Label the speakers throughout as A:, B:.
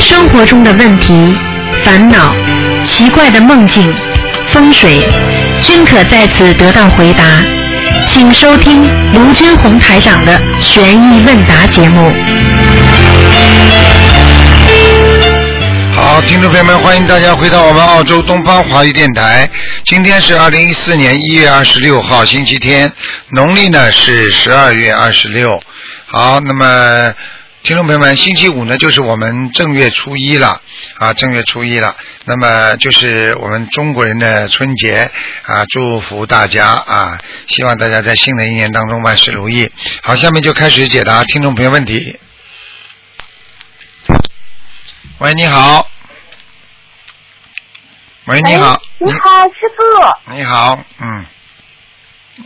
A: 生活中的问题、烦恼、奇怪的梦境、风水，均可在此得到回答。请收听卢军红台长的《悬疑问答》节目。
B: 好，听众朋友们，欢迎大家回到我们澳洲东方华语电台。今天是二零一四年一月二十六号，星期天，农历呢是十二月二十六。好，那么听众朋友们，星期五呢就是我们正月初一了啊，正月初一了。那么就是我们中国人的春节啊，祝福大家啊，希望大家在新的一年当中万事如意。好，下面就开始解答听众朋友问题。喂，你好。喂，哎你好，
C: 哎
B: 嗯
C: 喂你好，师傅。
B: 你好，嗯，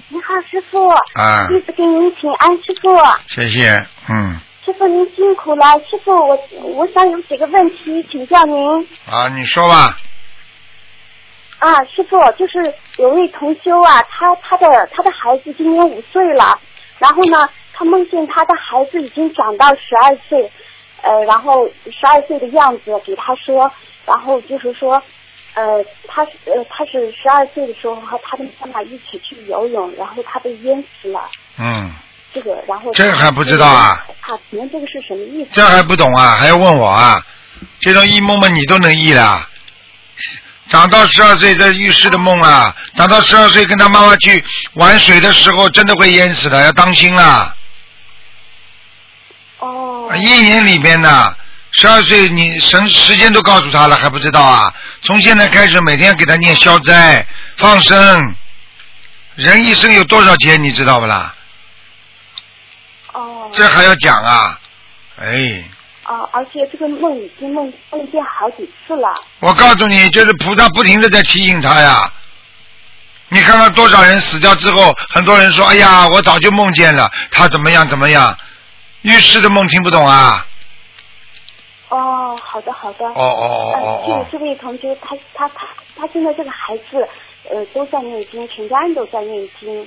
C: 你好，师傅。
B: 啊
C: 弟子给您请安，师傅。
B: 谢谢，嗯，
C: 师傅您辛苦了，师傅我我想有几个问题请教您
B: 啊，你说吧，
C: 啊，师傅就是有位同修啊，他他的他的孩子今年五岁了，然后呢，他梦见他的孩子已经长到十二岁，呃，然后十二岁的样子给他说，然后就是说，呃，他是呃他是十二岁的时候和他的妈妈一起去游泳，然后他被淹死了。
B: 嗯，
C: 这个，然后
B: 这还不知道啊？
C: 啊，请问这个是什么意思？
B: 这还不懂啊，还要问我啊？这种异梦嘛，你都能忆了。长到十二岁这预示的梦啊，长到十二岁跟他妈妈去玩水的时候，真的会淹死的，要当心啦！
C: 哦，
B: 啊一年里边呢，十二岁你神时间都告诉他了，还不知道啊？从现在开始，每天给他念消灾、放生。人一生有多少劫，你知道不啦？
C: 哦，
B: 这还要讲啊？哎。
C: 啊，而且这个梦已经梦梦见好几次了。
B: 我告诉你，就是菩萨不停的在提醒他呀。你看看多少人死掉之后，很多人说：“哎呀，我早就梦见了他怎么样怎么样。”预示的梦听不懂啊？
C: 哦，好的好的。
B: 哦哦哦
C: 呃
B: 哦
C: 这个这位同学，他他他他现在这个孩子，呃，都在念经，全家人都在念经。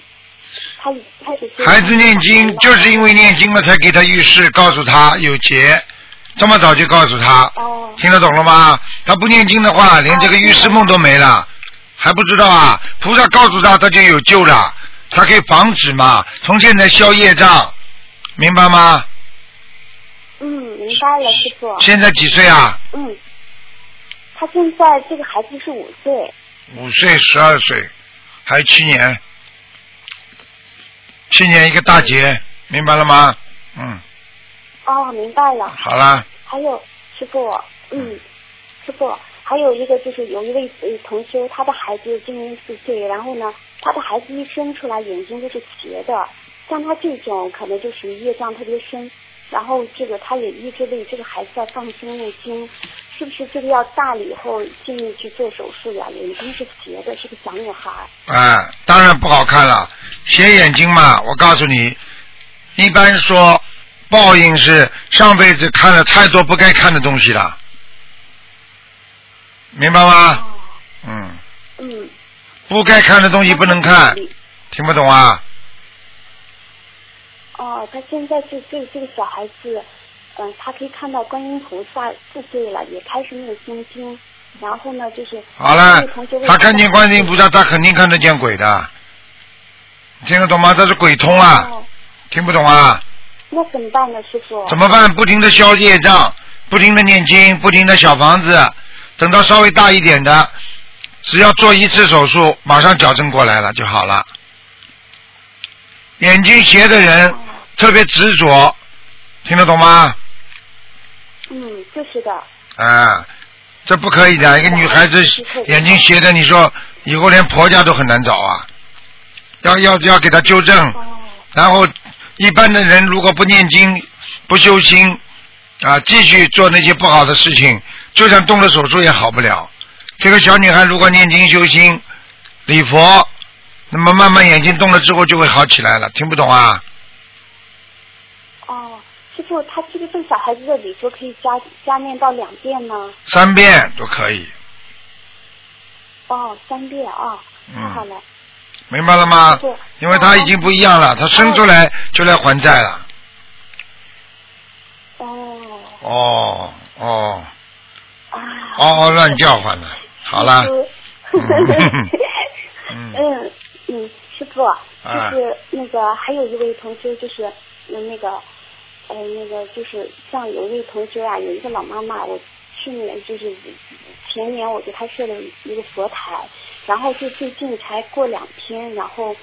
C: 他已开始
B: 哦！
C: 学
B: 孩子念经就是因为念经了，才给他预示，告诉他有劫，这么早就告诉他，
C: 哦
B: 听得懂了吗？他不念经的话，连这个预示梦都没了，还不知道啊？菩萨告诉他，他就有救了，他可以防止嘛，从现在消业障，明白吗？
C: 嗯，明白了，师傅。
B: 现在几岁啊？
C: 嗯，他现在这个孩子是五岁。
B: 五岁、十二岁，还七年，七年一个大劫，明白了吗？嗯，
C: 哦，明白了。
B: 好啦，
C: 还有师傅，嗯，师傅，还有一个就是有一位呃同修，他的孩子今年四岁，然后呢，他的孩子一生出来眼睛就是斜的，像他这种可能就属于业障特别深，然后这个他也一直为这个孩子在放生念经，是不是这个要大了以后建议去做手术呀？眼睛是斜的，是个小女孩。
B: 啊，当然不好看了，斜眼睛嘛，我告诉你，一般说报应是上辈子看了太多不该看的东西了，明白吗？
C: 哦，
B: 嗯，
C: 嗯，
B: 不该看的东西不能看，听不懂啊？
C: 哦，他现在是对这个小孩子，嗯、他可以看到观音菩萨四岁了，也开始念心经，然后呢，就是
B: 好了
C: 这嗯个同学，为
B: 他看见观世音菩萨，他肯定看得见鬼的，听得懂吗？这是鬼通啊，
C: 哦，
B: 听不懂啊？
C: 那怎么办呢，师傅？
B: 怎么办？不停的消业障，不停的念经，不停的小房子，等到稍微大一点的，只要做一次手术，马上矫正过来了就好了。眼睛斜的
C: 哦
B: 人特别执着，听得懂吗？
C: 嗯，就是的，
B: 啊，这不可以的，一个女孩子眼睛斜的，你说以后连婆家都很难找啊。要要要给她纠正，
C: 哦，
B: 然后一般的人如果不念经、不修心啊，继续做那些不好的事情，就算动了手术也好不了。这个小女孩如果念经修心、礼佛，那么慢慢眼睛动了之后就会好起来了。听不懂啊？
C: 哦，师傅，他这个对小孩子的礼佛可以加加念到两遍吗？
B: 三遍都可以，
C: 哦，三遍啊，太
B: 嗯
C: 好了，
B: 明白了吗
C: 师傅？
B: 因为她已经不一样了，她生出来就来还债了。
C: 哦，
B: 哦哦，
C: 啊，
B: 嗷嗷乱叫唤呢。好啦，
C: 师傅
B: 嗯
C: 嗯嗯，师傅，就是那个还有一位同修，就是嗯那个呃那个就是像有一位同修啊，有一个老妈妈，我去年就是前年我给她设了一个佛台，然后就最近才过两天，然后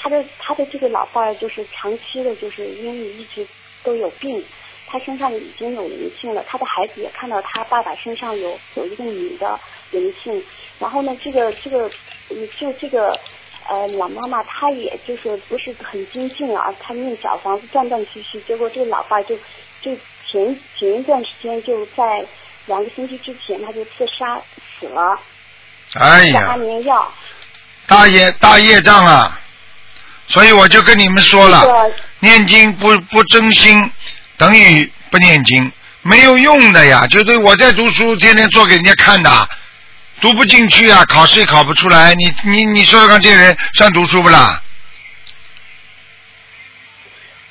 C: 她的她的这个老伴儿就是长期的，就是因为一直都有病。她身上已经有灵性了，她的孩子也看到她爸爸身上有有一个女的灵性，然后呢，这个这个，嗯，就这个呃老妈妈，她也就是不是很精进啊，她念小房子断断续续，结果这个老爸就就前前一段时间就在两个星期之前他就自杀死了，
B: 哎
C: 在
B: 呀
C: 安，眠药。
B: 大业大业障啊！所以我就跟你们说了，
C: 对
B: 念经不不真心，等于不念经，没有用的呀。就是我在读书，天天做给人家看的，读不进去啊，考试也考不出来。你你你说说看，这人算读书不啦？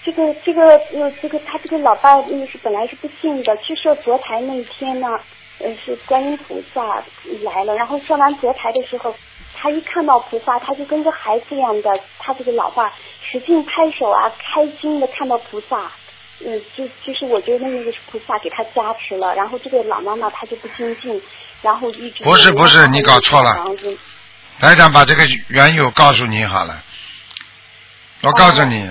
C: 这个这个呃这个他这个老爸那是本来是不信的，去设佛台那一天呢，呃是观音菩萨来了，然后设完佛台的时候，他一看到菩萨，他就跟个孩子一样的，他这个老爸使劲拍手啊，开心的看到菩萨，嗯，就就是我觉得那个是菩萨给他加持了，然后这个老妈妈她就不精进，然后一直
B: 不是不是你搞错了
C: 房子
B: 台长把这个缘由告诉你好了。我告诉你，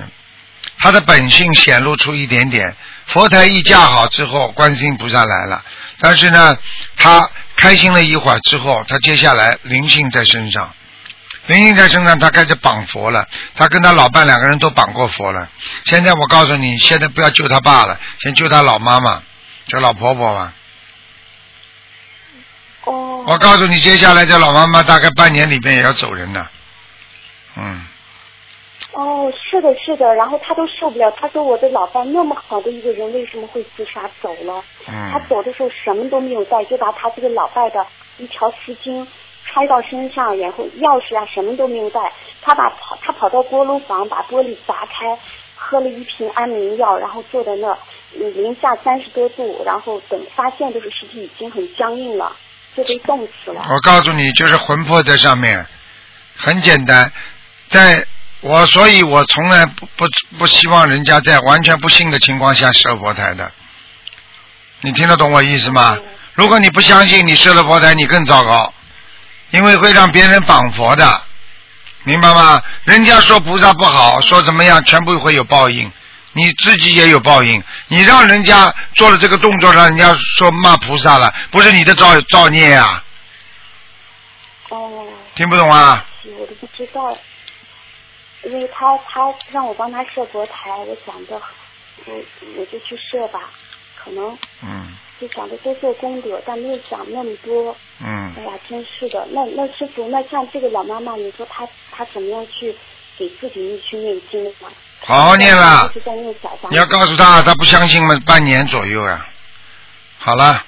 B: 他的本性显露出一点点。佛台一架好之后，观世音菩萨来了，但是呢，他开心了一会儿之后，他接下来灵性在身上，灵性在身上，他开始绑佛了。他跟他老伴两个人都绑过佛了。现在我告诉你，现在不要救他爸了，先救他老妈妈，这老婆婆吧。
C: 哦，
B: 我告诉你，接下来这老妈妈大概半年里边也要走人了。嗯。
C: 哦，是的，是的，然后他都受不了，他说我的老伴那么好的一个人，为什么会自杀走了？
B: 嗯
C: 他走的时候什么都没有带，就把他这个老伴的一条丝巾揣到身上，然后钥匙啊什么都没有带，他把跑他跑到锅炉房把玻璃砸开，喝了一瓶安眠药，然后坐在那儿嗯零下三十多度，然后等发现这个尸体已经很僵硬了，就被冻死了。
B: 我告诉你，就是魂魄在上面，很简单，在我所以，我从来不不不希望人家在完全不信的情况下设佛台的。你听得懂我意思吗？如果你不相信，你设了佛台，你更糟糕，因为会让别人绑佛的，明白吗？人家说菩萨不好，说怎么样，全部会有报应。你自己也有报应，你让人家做了这个动作，让人家说骂菩萨了，不是你的造造孽啊！
C: 哦。
B: 听不懂啊？
C: 我都不知道，因为他他让我帮他设佛台，我想着我我就去设吧，可能
B: 嗯
C: 就想着多做功德，但没有想那么多。
B: 嗯
C: 哎，呀，真是的，那那师傅，那像这个老妈妈，你说她她怎么样去给自己去念经呢？
B: 好好念啦
C: 一！直在念小房
B: 你要
C: 子。
B: 告诉他，他不相信嘛，半年左右呀、好了，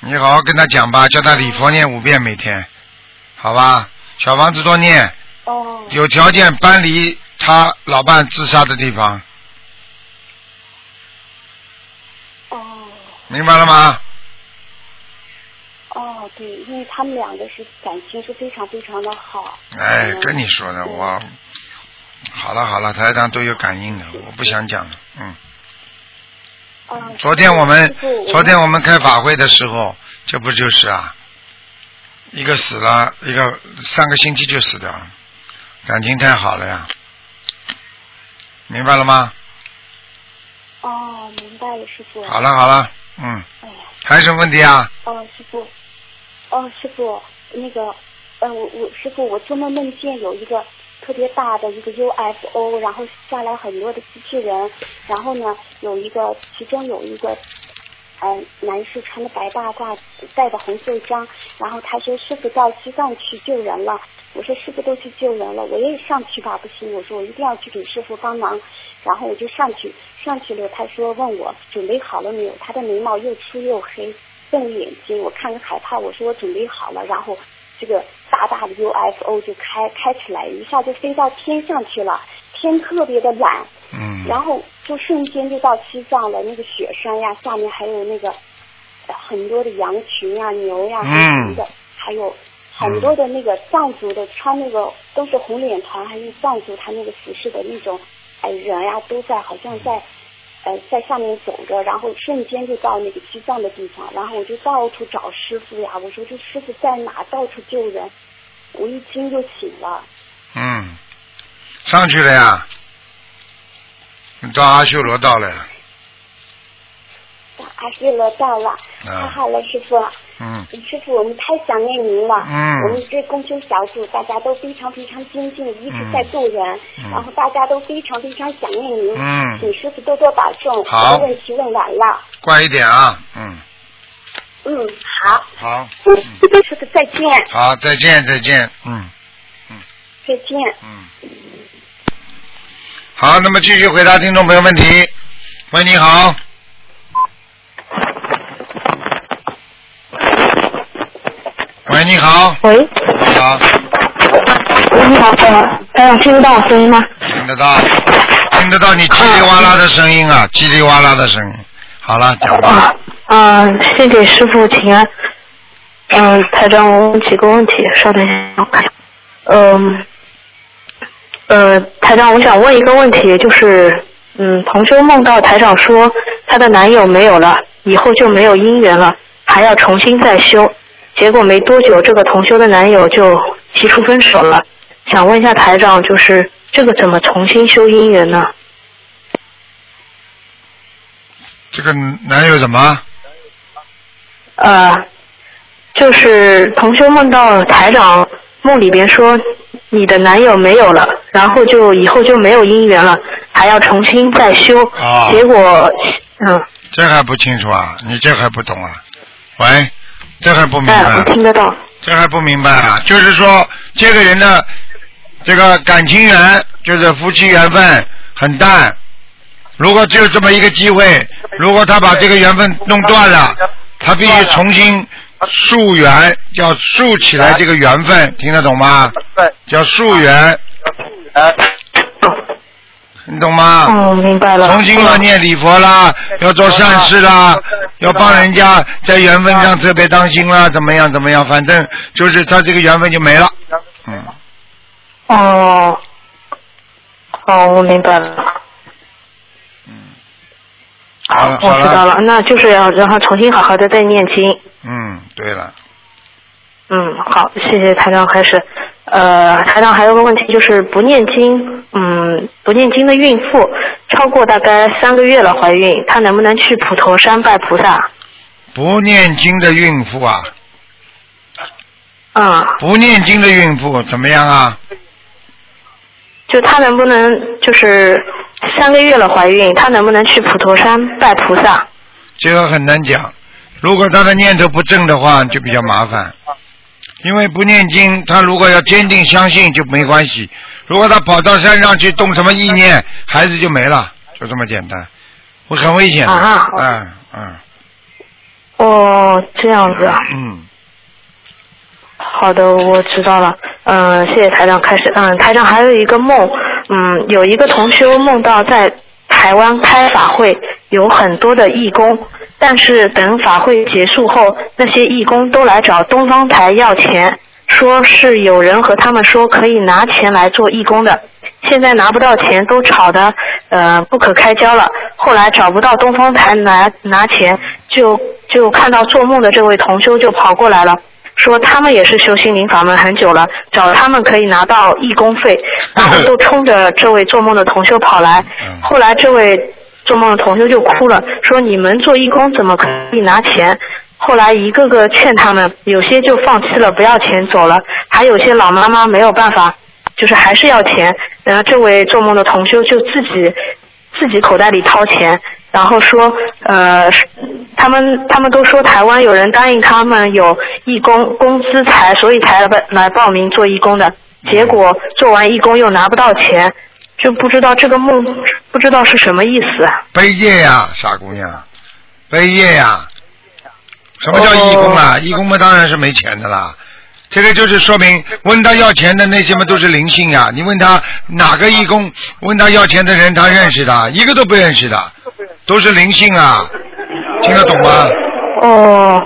B: 你好好跟他讲吧，叫他礼佛念五遍每天，好吧？小房子多念，
C: 哦
B: 有条件搬离他老伴自杀的地方，
C: 哦
B: 明白了吗？
C: 哦，对，因为他们两个是感情是非常非常的好。
B: 哎
C: 嗯，
B: 跟你说的，我好了好了，台上都有感应的，我不想讲了，嗯。
C: 啊，
B: 昨天我们
C: 师傅
B: 昨天我们开法会的时候，这不就是啊？一个死了，一个上个星期就死掉了，感情太好了呀，明白了吗？
C: 哦，明白了，师傅。
B: 好了好了，嗯，
C: 哎呀。
B: 还有什么问题啊？
C: 哦，师傅，哦，师傅，那个，呃，我我师傅，我做梦梦见有一个特别大的一个 UFO，然后下来很多的机器人，然后呢，有一个，其中有一个。呃，男士穿的白大褂，戴的红袖章，然后他说师傅到西藏去救人了，我说师傅都去救人了，我也上去吧，不行，我说我一定要去给师傅帮忙，然后我就上去，上去了，他说问我准备好了没有，他的眉毛又粗又黑，瞪眼睛，我看着害怕，我说我准备好了，然后这个大大的 UFO 就开开起来，一下就飞到天上去了，天特别的蓝，
B: 嗯，
C: 然后就瞬间就到西藏了，那个雪山呀，下面还有那个呃很多的羊群呀、牛呀、
B: 嗯
C: 什么的，还有很多的那个藏族的穿那个都是红脸团，还有藏族他那个服饰的那种，哎人呀、都在好像在。呃，在上面走着，然后瞬间就到那个西藏的地方，然后我就到处找师傅呀，我说这师傅在哪？到处救人，我一听就醒了。
B: 嗯，上去了呀，你到阿修罗道了呀，
C: 到阿修罗到啊
B: 啊
C: 了，太好了，师傅，
B: 嗯
C: 哎师傅，我们太想念您了。
B: 嗯
C: 我们这共修小组大家都非常非常精进，一直在救人，
B: 嗯
C: 然后大家都非常非常想念您。
B: 嗯
C: 请师傅多多保重。
B: 好
C: 我的问题问完了。
B: 乖一点啊，嗯，
C: 嗯，好。
B: 好，
C: 嗯
B: 嗯，
C: 师傅再见，
B: 好，再见，再见，嗯
C: 再见。
B: 嗯，好，那么继续回答听众朋友问题。喂，你好，喂，你好，
D: 喂，
B: 你好，
D: 喂，你好，呃，台长听得到我声音吗？
B: 听得到，听得到你叽里哇啦的声音啊，叽里哇啦的声音。好了，讲吧。
D: 啊，啊、先给师傅请安。嗯、台长，我问几个问题，稍等一下，我看一下。嗯、呃，台长，我想问一个问题，就是，嗯，同修梦到台长说她的男友没有了，以后就没有姻缘了，还要重新再修。结果没多久，这个同修的男友就提出分手了。想问一下台长，就是这个怎么重新修姻缘呢？
B: 这个男友怎么？
D: 呃，就是同修梦到台长梦里边说你的男友没有了，然后就以后就没有姻缘了，还要重新再修。
B: 啊
D: 结果，嗯，
B: 这还不清楚啊？你这还不懂啊？喂，这还不明白、
D: 哎，
B: 啊
D: 我？听得到。
B: 这还不明白啊？就是说，这个人的这个感情缘，就是夫妻缘分很淡。如果只有这么一个机会，如果他把这个缘分弄断了，他必须重新溯源，叫溯起来这个缘分，听得懂吗？
E: 对，
B: 叫溯源，
E: 哎，
B: 你懂吗？
D: 哦，明白了。
B: 重新要念礼佛啦，要做善事啦，要帮人家在缘分上特别当心啦，怎么样怎么样，反正就是他这个缘分就没了。嗯，
D: 哦，哦，我明白了。
B: 嗯好了
D: 我
B: 好
D: 哦知道
B: 了，
D: 了，那就是要让他重新好好的再念经。
B: 嗯，对了，
D: 嗯，好，谢谢台长。开始，呃，台长还有个问题，就是不念经，嗯，不念经的孕妇超过大概三个月了怀孕，她能不能去普陀山拜菩萨？
B: 不念经的孕妇啊，
D: 嗯，
B: 不念经的孕妇怎么样啊？
D: 就她能不能就是三个月了怀孕，她能不能去普陀山拜菩萨？
B: 这个很难讲。如果他的念头不正的话，就比较麻烦。因为不念经，他如果要坚定相信就没关系。如果他跑到山上去动什么意念，孩子就没了，就这么简单，会很危险的。
D: 啊
B: 嗯嗯
D: 哦，这样子啊。
B: 嗯，
D: 好的，我知道了。嗯，谢谢台长。开始，嗯，台长还有一个梦，嗯，有一个同修梦到在台湾开法会，有很多的义工，但是等法会结束后，那些义工都来找东方台要钱，说是有人和他们说可以拿钱来做义工的，现在拿不到钱，都吵得呃不可开交了。后来找不到东方台拿拿钱，就就看到做梦的这位同修就跑过来了。说他们也是修心灵法门很久了，找他们可以拿到义工费，然后都冲着这位做梦的同修跑来
B: 嗯。
D: 后来这位做梦的同修就哭了，说你们做义工怎么可以拿钱？后来一个个劝他们，有些就放弃了，不要钱走了，还有些老妈妈没有办法，就是还是要钱。然后这位做梦的同修就自己自己口袋里掏钱，然后说，呃，他们他们都说台湾有人答应他们有义工工资才，所以才来来报名做义工的。结果做完义工又拿不到钱，就不知道这个梦不知道是什么意思。
B: 悲业呀、傻姑娘，悲业呀、什么叫义工啊？义工们当然是没钱的啦。这个就是说明，问他要钱的那些嘛都是灵性呀、你问他哪个义工，问他要钱的人，他认识的，一个都不认识的，都是灵性啊，听得懂吗？
D: 哦，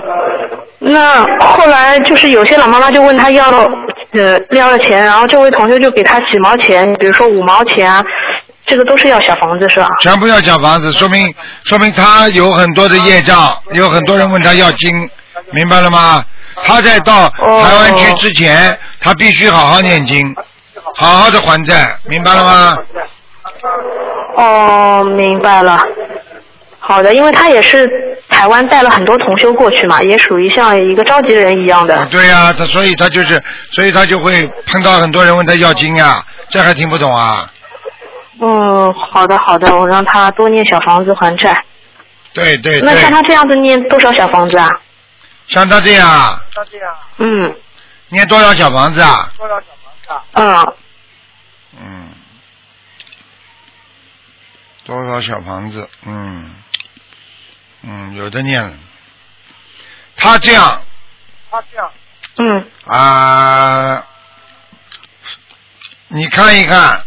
D: 那后来就是有些老妈妈就问他要了，呃，要了钱，然后这位同学就给他几毛钱，比如说五毛钱啊，这个都是要小房子是吧？
B: 全部要小房子，说明说明他有很多的业障，有很多人问他要经，明白了吗？他在到
D: 哦
B: 台湾去之前，他必须好好念经，好好的还债，明白了吗？
D: 哦，明白了。好的，因为他也是台湾带了很多同修过去嘛，也属于像一个召集人一样的。
B: 啊，对呀、他所以他就是，所以他就会碰到很多人问他要经啊，这还听不懂啊？
D: 嗯，好的好的，我让他多念小房子还债。
B: 对对
D: 那
B: 对，
D: 像他这样子念多少小房子啊？
B: 像他这样啊，
D: 嗯
B: 念多少小房子啊？
D: 嗯，
B: 嗯，多少小房子？嗯，嗯，有的念了。他这样
D: 嗯，
B: 啊、你看一看，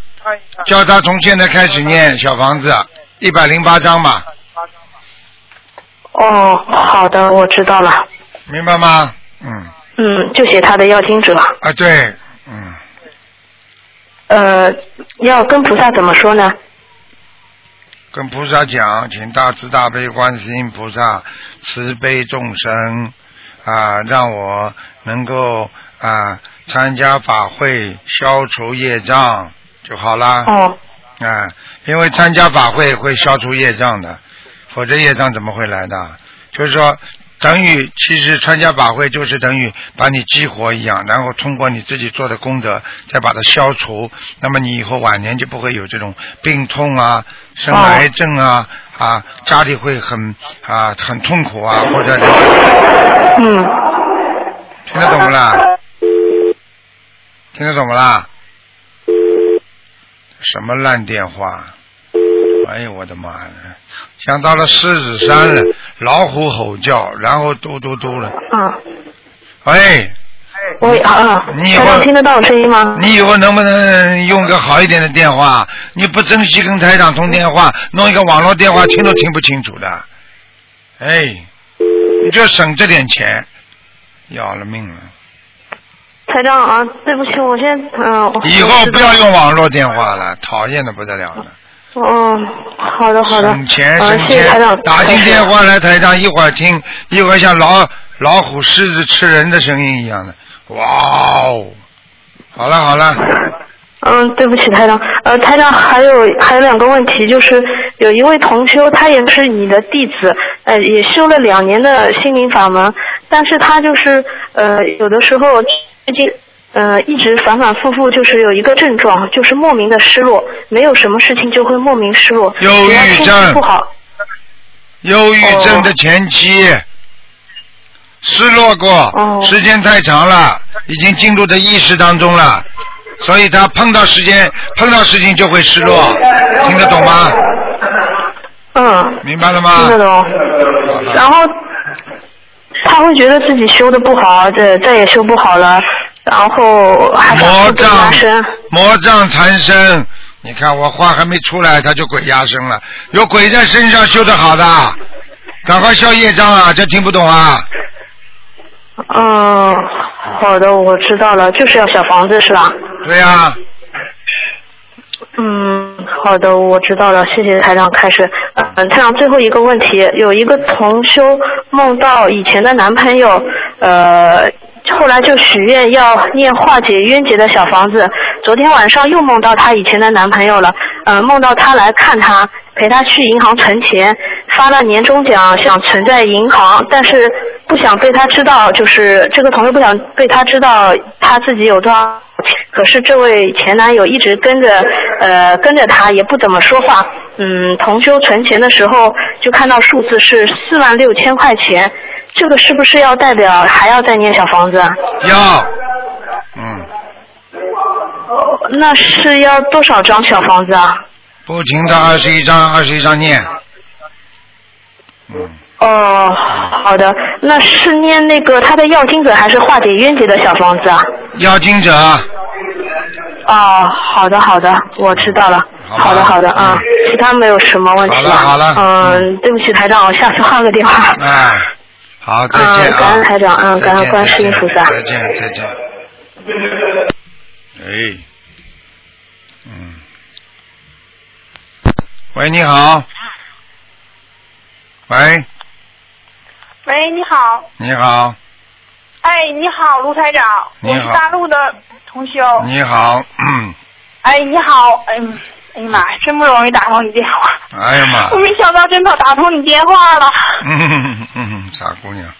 B: 叫他从现在开始念小房子，一百零八章吧，
D: 哦，好的，我知道了。
B: 明白吗？嗯，
D: 嗯，就写他的要经者。
B: 啊对，嗯，
D: 呃，要跟菩萨怎么说呢？
B: 跟菩萨讲，请大慈大悲观世音菩萨慈悲众生啊，让我能够啊参加法会，消除业障就好啦。
D: 哦
B: 啊，因为参加法会会消除业障的，否则业障怎么会来的？就是说，等于其实参加法会就是等于把你激活一样，然后通过你自己做的功德再把它消除，那么你以后晚年就不会有这种病痛啊、生
D: 哦
B: 癌症啊、啊家里会很啊很痛苦啊，或者
D: 嗯，
B: 听得懂不啦？听得懂不啦？什么烂电话！哎呦我的妈呀！想到了狮子山了，老虎吼叫，然后嘟嘟嘟了。
D: 嗯，
B: 哎，
D: 我啊，
B: 你以
D: 台
B: 后
D: 长听得到我声音吗？
B: 你以后能不能用个好一点的电话？你不珍惜跟台长通电话，弄一个网络电话听都听不清楚的。哎，你就省这点钱，要了命了！
D: 台长啊，对不起，我现在嗯，我
B: 以后不要用网络电话了，讨厌的不得了了。
D: 嗯，好的好的，
B: 省钱
D: 嗯
B: 省
D: 谢谢台
B: 钱
D: 长，，
B: 打进电话来台长一会儿听，一会儿像老老虎、狮子吃人的声音一样的，哇哦！好了好了，
D: 嗯，对不起，台长。呃，台长还有还有两个问题，就是呃有一位同修，他也是你的弟子，呃，也修了两年的心灵法门，但是他就是呃，有的时候最近呃一直反反复复，就是有一个症状，就是莫名的失落，没有什么事情就会莫名失落，
B: 忧
D: 只要
B: 郁
D: 心
B: 症
D: 情不好，
B: 忧郁症的前期，失落过，
D: 哦
B: 时间太长了，已经进入的意识当中了，所以他碰到时间碰到事情就会失落，听得懂吗？
D: 嗯，
B: 明白了吗？
D: 听得懂。
B: 好了
D: 然后他会觉得自己修的不好，这再也修不好了，然后还反
B: 魔
D: 复被拉
B: 障
D: 伸。，
B: 魔障缠身。你看我话还没出来，他就鬼压身了。有鬼在身上修得好的，赶快消业障啊！这听不懂啊？
D: 嗯，好的，我知道了，就是要小房子是吧？
B: 对呀、
D: 嗯，好的，我知道了，谢谢台长开始。嗯，台长最后一个问题，有一个同修梦到以前的男朋友，呃，后来就许愿要念化解冤结的小房子。昨天晚上又梦到她以前的男朋友了，呃，梦到他来看她，陪她去银行存钱，发了年终奖，想存在银行，但是不想被他知道，就是这个同学不想被他知道他自己有多少钱。可是这位前男友一直跟着，呃，跟着他，也不怎么说话。嗯，同修存钱的时候就看到数字是四万六千块钱，这个是不是要代表还要再念小房子啊？
B: 要，嗯，
D: 哦那是要多少张小房子啊？
B: 不停的二十一章，二十一章念，嗯，
D: 哦，好的，那是念那个他的要经者还是化解冤结的小房子啊？
B: 要经者，
D: 哦，好的好的，我知道了。
B: 好吧
D: 好的好的啊，
F: 嗯
D: 其他没有什么问题
B: 好了好了
D: 嗯，对不起台长，我下次换个电话。
B: 哎，好，再
D: 啊
B: 见啊！
D: 感恩台长啊感恩观世音菩萨
B: 再见，再见。哎，嗯，喂，你好。喂，
E: 喂，你好，
B: 你好，
E: 哎，你好，卢台长，
B: 你
E: 我
B: 好
E: 是大陆的同修。
B: 你好，嗯，
E: 哎，你好，哎，哎呀妈呀，真不容易打通你电话，
B: 哎呀妈
E: 我，没想到真的打通你电话了。
B: 嗯嗯，傻姑娘，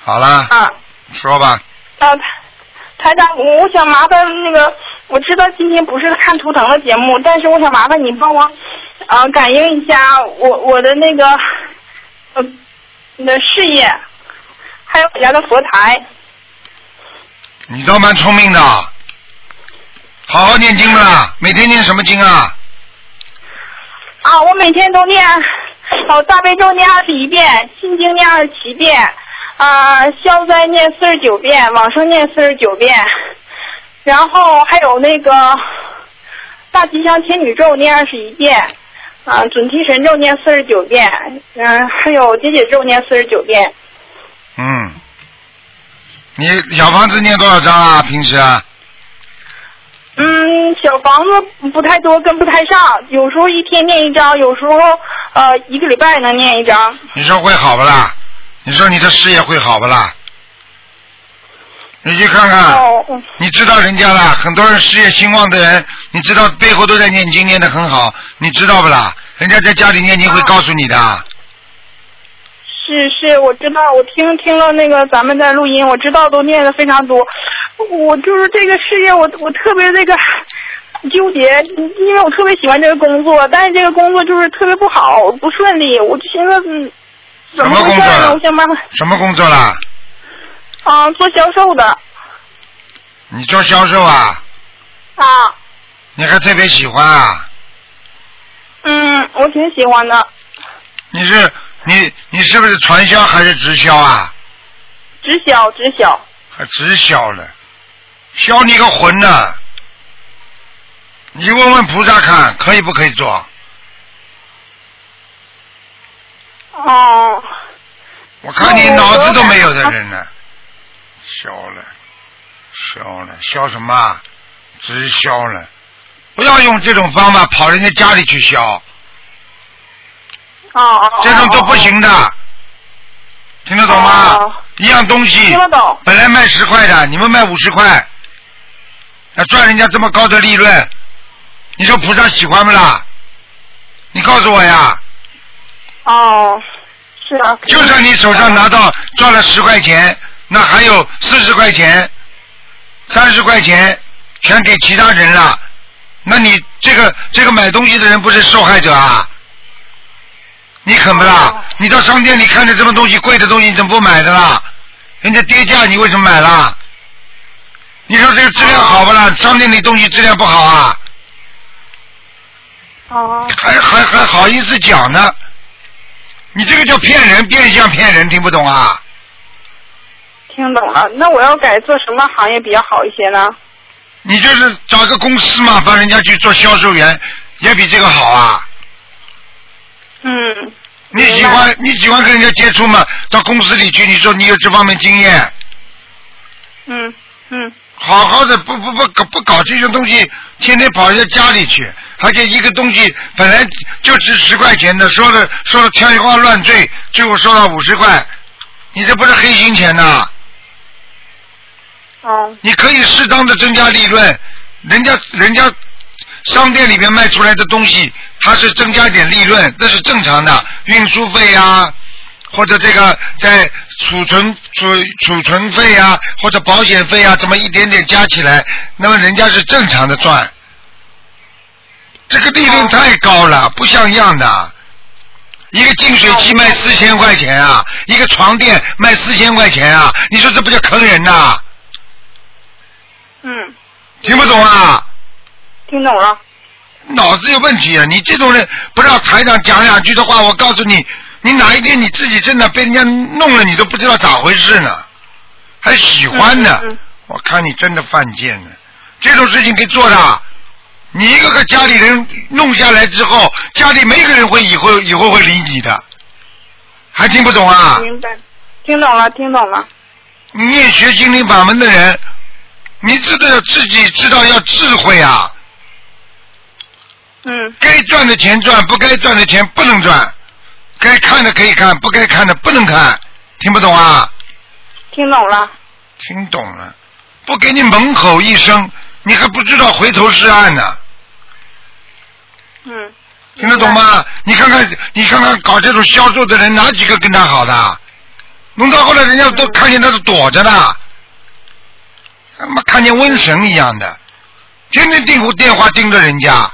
B: 好啦，
E: 啊
B: 说吧，
E: 啊，台长，我我想麻烦那个，我知道今天不是看图腾的节目，但是我想麻烦你帮我，呃，感应一下我我的那个，呃，你的事业，还有我家的佛台。
B: 你倒蛮聪明的，好好念经不啦？每天念什么经啊？
E: 啊，我每天都念，哦，大悲咒念二十一遍，心经念二十七遍，啊、消灾念四十九遍，往生念四十九遍，然后还有那个大吉祥天女咒念二十一遍，啊、准提神咒念四十九遍，嗯、还有解姐咒念四十九遍，
B: 嗯，你小房子念多少张啊？平时啊？
E: 嗯，小房子不太多，跟不太上，有时候一天念一张，有时候呃一个礼拜能念一张。
B: 你说会好不啦？你说你的事业会好不啦？你去看看，
E: 哦，嗯
B: 你知道人家啦，很多人事业兴旺的人，你知道背后都在念经，念得很好，你知道不啦？人家在家里念经
E: 啊
B: 会告诉你的，
E: 是是，我知道，我听听了那个咱们在录音，我知道都念的非常多。我就是这个事业，我我特别这个纠结，因为我特别喜欢这个工作，但是这个工作就是特别不好，不顺利。我就寻思，嗯，怎么回事
B: 什么工作啊
E: 呢？我想办法
B: 什么工作啦？
E: 啊，做销售的
B: 你做销售啊？
E: 啊，
B: 你还特别喜欢啊？
E: 嗯，我挺喜欢的，
B: 你是你你是不是传销还是直销啊？
E: 直销直销。
B: 还直销了，销你个魂呐、你问问菩萨看，可以不可以做？
E: 哦、
B: 我看你
E: 那我
B: 脑子
E: 我
B: 都
E: 看
B: 没有的
E: 啊
B: 人呢，消了，消了，消什么啊？直销了，不要用这种方法跑人家家里去消，
E: 哦哦哦，
B: 这种都不行的，听得懂吗
E: 哦？
B: 一样东西
E: 听得懂，
B: 本来卖十块的，你们卖五十块，要赚人家这么高的利润，你说菩萨喜欢不啦？你告诉我呀。
E: 哦，是啊，
B: 就算你手上拿到赚了十块钱，那还有四十块钱、三十块钱全给其他人了，那你这个这个买东西的人不是受害者啊？你肯不啦
E: 哦？
B: 你到商店里看着这么东西贵的东西，你怎么不买的啦？人家跌价，你为什么买啦？你说这个质量好不啦？商店里东西质量不好啊？
E: 哦
B: 还还还好意思讲呢？你这个叫骗人，变相骗人，听不懂啊？
E: 听懂了。那我要改做什么行业比较好一些呢？
B: 你就是找个公司嘛，帮人家去做销售员，也比这个好啊。
E: 嗯，
B: 你喜欢你喜欢跟人家接触嘛？到公司里去，你说你有这方面经验，
E: 嗯嗯，
B: 好好的不不不搞不搞这种东西，天天跑人家家里去，而且一个东西本来就值十块钱的，说的说的天花乱坠，最后说到五十块，你这不是黑心钱呐、
E: 哦，
B: 你可以适当的增加利润，人家人家商店里面卖出来的东西，它是增加一点利润，这是正常的，运输费啊，或者这个在储存储储存费啊，或者保险费啊，怎么一点点加起来，那么人家是正常的赚。这个利润太高了，不像样的。一个净水器卖四千块钱啊，一个床垫卖四千块钱啊，你说这不叫坑人呐、
E: 嗯，
B: 听不懂啊？
E: 听懂了。
B: 脑子有问题啊！你这种人不让台长讲两句的话，我告诉你，你哪一天你自己真的被人家弄了，你都不知道咋回事呢，还喜欢呢？
E: 嗯嗯嗯
B: 我看你真的犯贱呢！这种事情给做的，你一个个家里人弄下来之后，
E: 嗯
B: 家里没一个人会以后以后会理你的，还听不懂啊？
E: 明白，听懂了，听懂了。
B: 你也学心灵法门的人，你知道自己知道要智慧啊，
E: 嗯
B: 该赚的钱赚，不该赚的钱不能赚，该看的可以看，不该看的不能看，听不懂啊？，
E: 听懂了。
B: 听懂了，不给你猛吼一声，你还不知道回头是岸呢、
E: 嗯，
B: 听得懂吗？你看看，你看看搞这种销售的人，哪几个跟他好的？弄到后来，人家都看见他是躲着的，他妈看见瘟神一样的，天天盯电话盯着人家，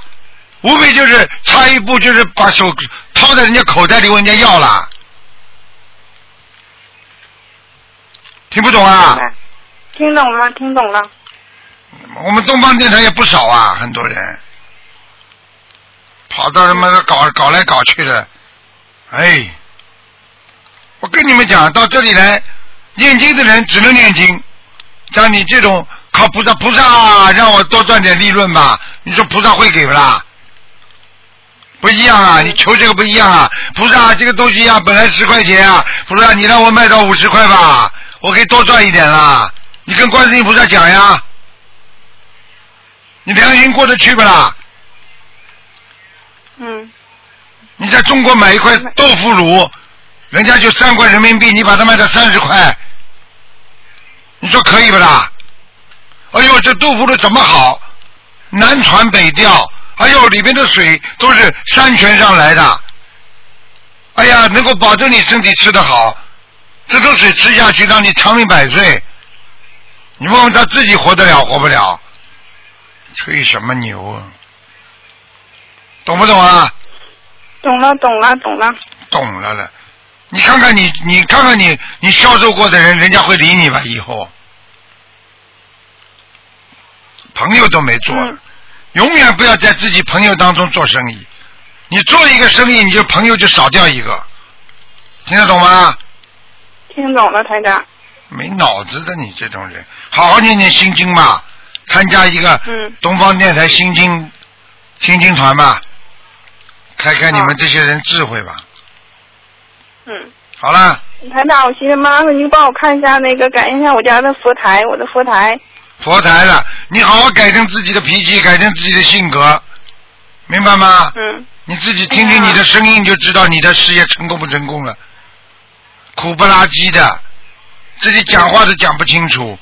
B: 无非就是差一步就是把手掏在人家口袋里问人家要了，听不懂啊？
E: 听懂了，听懂了。
B: 我们东方电台也不少啊，很多人跑到他妈的搞搞来搞去的，哎，我跟你们讲，到这里来念经的人只能念经，像你这种靠菩萨，菩萨让我多赚点利润吧，你说菩萨会给不啦？不一样啊，你求这个不一样啊，菩萨这个东西啊，本来十块钱啊，菩萨你让我卖到五十块吧，我可以多赚一点啦，你跟观世音菩萨讲呀。你良心过得去不啦？
E: 嗯，
B: 你在中国买一块豆腐乳，人家就三块人民币，你把它卖到三十块，你说可以不啦？哎呦，这豆腐乳怎么好？南传北调，哎呦，里面的水都是山泉上来的，哎呀，能够保证你身体吃得好，这种水吃下去让你长命百岁。你问问他自己活得了活不了？吹什么牛啊？懂不懂啊？
E: 懂了，懂了，懂了。
B: 懂了了。你看看你，你看看你，你销售过的人，人家会理你吧？以后朋友都没做了
E: 嗯
B: 永远不要在自己朋友当中做生意。你做一个生意，你就朋友就少掉一个，听得懂吗？
E: 听懂了，台长。
B: 没脑子的你这种人，好好念念心经吧，参加一个
E: 嗯
B: 东方电台心经心经团吧，开开你
E: 好
B: 们这些人智慧吧。
E: 嗯，
B: 好了，
E: 台长，我寻思麻烦您帮我看一下那个，感应一下我家的佛台，我的佛台。
B: 佛台了，你好好改正自己的脾气，改正自己的性格，明白吗？
E: 嗯，
B: 你自己听听你的声音，你就知道你的事业成功不成功了。苦不拉几的，自己讲话都讲不清楚。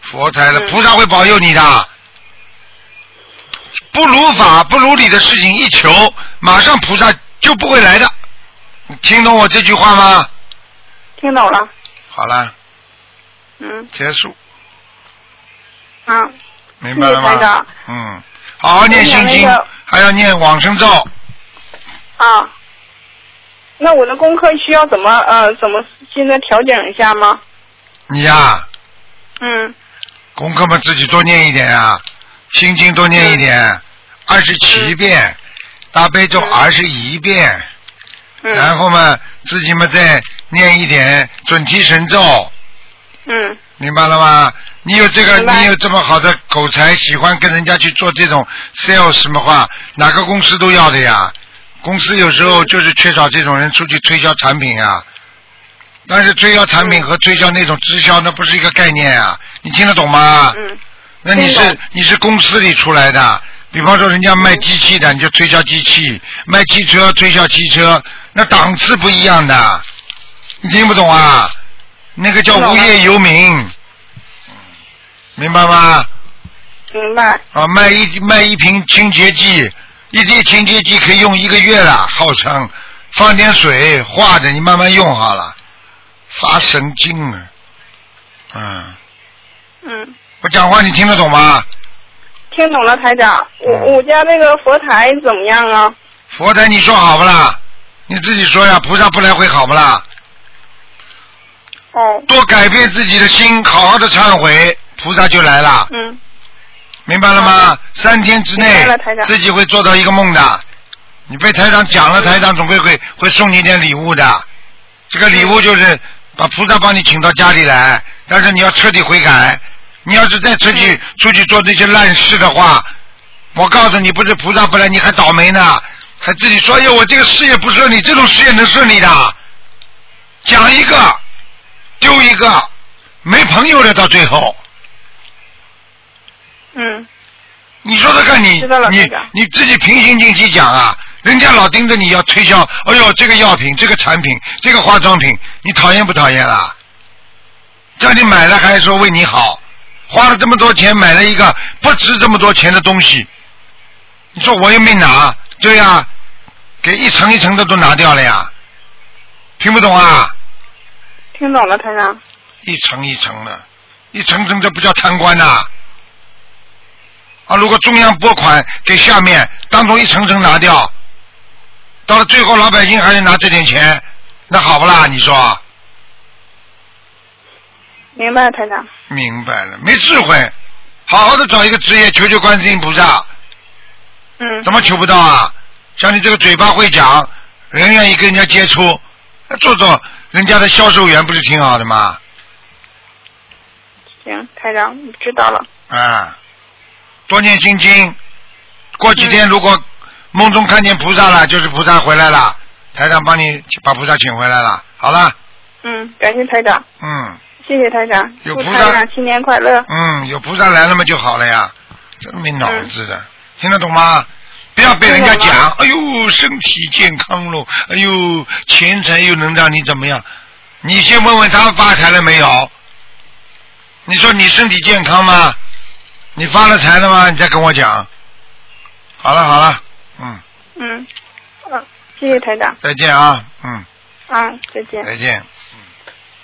B: 佛台了，
E: 嗯
B: 菩萨会保佑你的。不如法、不如理的事情一求，马上菩萨就不会来的。你听懂我这句话吗？
E: 听懂了。
B: 好了，
E: 嗯
B: 结束，
E: 啊，
B: 明白了吗？
E: 谢谢台长
B: 嗯，好好念心
E: 我
B: 经
E: 想那个，
B: 还要念往生咒。
E: 啊。那我的功课需要怎么呃怎么现在调整一下吗？
B: 你呀、
E: 嗯
B: 功课嘛自己多念一点啊，心经多念一点，二十七遍，大悲咒
E: 嗯
B: 二十一遍，然
E: 嗯
B: 后嘛自己嘛再念一点准提神咒，
E: 嗯
B: 明白了吗？你有这个，
E: 明白
B: 你有这么好的口才，喜欢跟人家去做这种 sales 什么话，哪个公司都要的呀。公司有时候就是缺少这种人出去推销产品啊。但是推销产品和推销那种直销，那不是一个概念啊！你听得懂吗？
E: 嗯
B: 那你
E: 听
B: 是
E: 懂
B: 你是公司里出来的，比方说人家卖机器的，你就推销机器；卖汽车推销汽车，那档次不一样的。你听不懂啊？那个叫
E: 听懂
B: 无
E: 了
B: 业游民，明白吗？
E: 明白。
B: 啊，卖一卖一瓶清洁剂，一滴清洁剂可以用一个月了，号称放点水化着，你慢慢用好了。发神经啊！嗯，
E: 嗯，
B: 我讲话你听得懂吗？
E: 听懂了，台长。我
B: 嗯
E: 我家那个佛台怎么样啊？
B: 佛台，你说好不啦？你自己说呀，菩萨不来会好不啦？
E: 哦，
B: 多改变自己的心，好好的忏悔，菩萨就来了，
E: 嗯，
B: 明白了吗？三天之内
E: 明白了台长
B: 自己会做到一个梦的。你被台长讲了，
E: 嗯
B: 台长总会会会送你一点礼物的。这个礼物就是把菩萨帮你请到家里来，但是你要彻底悔改。你要是再出
E: 嗯
B: 去、出去做这些烂事的话，我告诉你，不是菩萨不来，你还倒霉呢，还自己说，哎呦，我这个事业不顺利，这种事业能顺利的？讲一个，丢一个，没朋友了，到最后，
E: 嗯，
B: 你说说看你
E: 知道了
B: 你
E: 台长
B: 你自己平心静气讲啊，人家老盯着你要推销，哎呦，这个药品、这个产品、这个化妆品，你讨厌不讨厌啦？叫你买了还说为你好，花了这么多钱买了一个不值这么多钱的东西，你说我又没拿，对呀、给一层一层的都拿掉了呀，听不懂啊？
E: 听懂了，台长。
B: 一层一层的，一层层这不叫贪官呐、啊！啊如果中央拨款给下面，当中一层层拿掉，到了最后老百姓还是拿这点钱，那好不啦？你说？
E: 明白，台长。
B: 明白了，没智慧，好好的找一个职业求求观世音菩萨，
E: 嗯
B: 怎么求不到啊？像你这个嘴巴会讲，人愿意跟人家接触，那做做人家的销售员不是挺好的吗？
E: 行，台长，我知道了。
B: 啊，多念心经。过几天如果梦中看见菩萨了，就是菩萨回来了，台长帮你把菩萨请回来了。好了，
E: 嗯，感谢台长，
B: 嗯
E: 谢谢台长，
B: 有
E: 祝
B: 菩
E: 台
B: 萨
E: 长新年快乐。
B: 嗯，有菩萨来了嘛就好了呀，真没脑子的，听得懂吗？不要被人家
E: 听懂
B: 讲，哎呦，身体健康喽，哎呦，钱财又能让你怎么样？你先问问他发财了没有？你说你身体健康吗？你发了财了吗？你再跟我讲。好了好了，嗯。
E: 嗯，嗯、谢谢台长。
B: 再见啊，嗯，
E: 啊，再见，
B: 再见。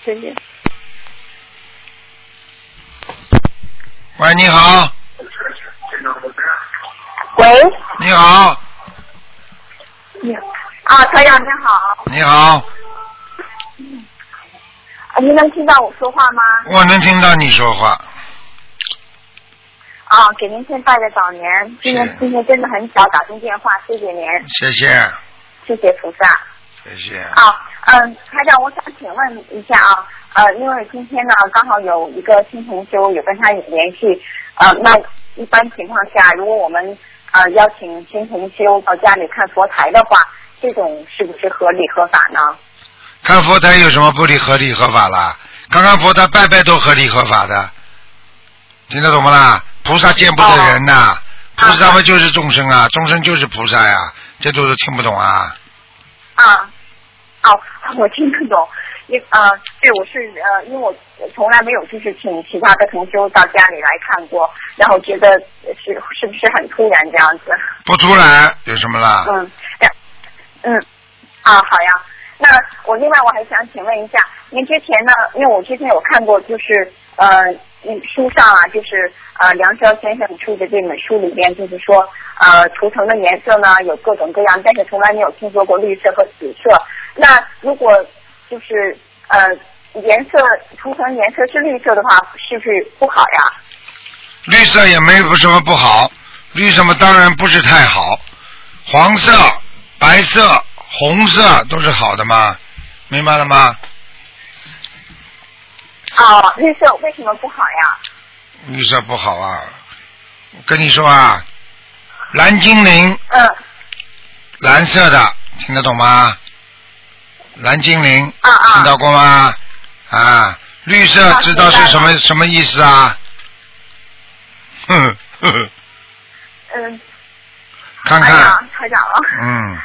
E: 再见。
B: 喂，你好，
G: 喂，
B: 你好，
G: 你啊，台长您好，
B: 你好，
G: 啊您能听到我说话吗？
B: 我能听到你说话，
G: 啊，给您先拜个早年，今
B: 是
G: 天今天真的很巧打通电话，谢谢您，
B: 谢谢，
G: 谢谢菩萨。
B: 谢谢。
G: 啊，嗯，台长，我想请问一下啊，呃，因为今天呢刚好有一个新同修有跟他有联系，呃，那一般情况下，如果我们呃邀请新同修到家里看佛台的话，这种是不是合理合法呢？
B: 看佛台有什么不理合理合法啦？刚刚佛台拜拜都合理合法的，听得懂不啦？菩萨见不得人呐、菩萨嘛就是众生啊，众生就是菩萨呀、这都是听不懂啊。
G: 啊，哦，我听得懂。因呃，对，我是呃，因为我从来没有就是请其他的同修到家里来看过，然后觉得是是不是很突然这样子？
B: 不突然有什么啦？
G: 嗯，然嗯，啊，好呀。那我另外我还想请问一下，您之前呢，因为我之前有看过，就是呃，嗯书上啊，就是呃梁霄先生出的这本书里面，就是说呃图腾的颜色呢有各种各样，但是从来没有听说过绿色和紫色。那如果就是呃颜色图腾颜色是绿色的话，是不是不好呀？
B: 绿色也没有什么不好，绿色嘛当然不是太好，黄色、白色、红色都是好的嘛，明白了吗？
G: 啊，绿色为什么不好呀？
B: 绿色不好啊，我跟你说啊，蓝精灵
G: 嗯
B: 蓝色的，听得懂吗？蓝精灵
G: 啊啊
B: 听到过吗？啊，绿色
G: 啊
B: 知道是什
G: 明白
B: 么什么意思啊？ 哼呵呵，
G: 嗯，
B: 看
G: 哎呀
B: 看，，
G: 太长了。
B: 嗯，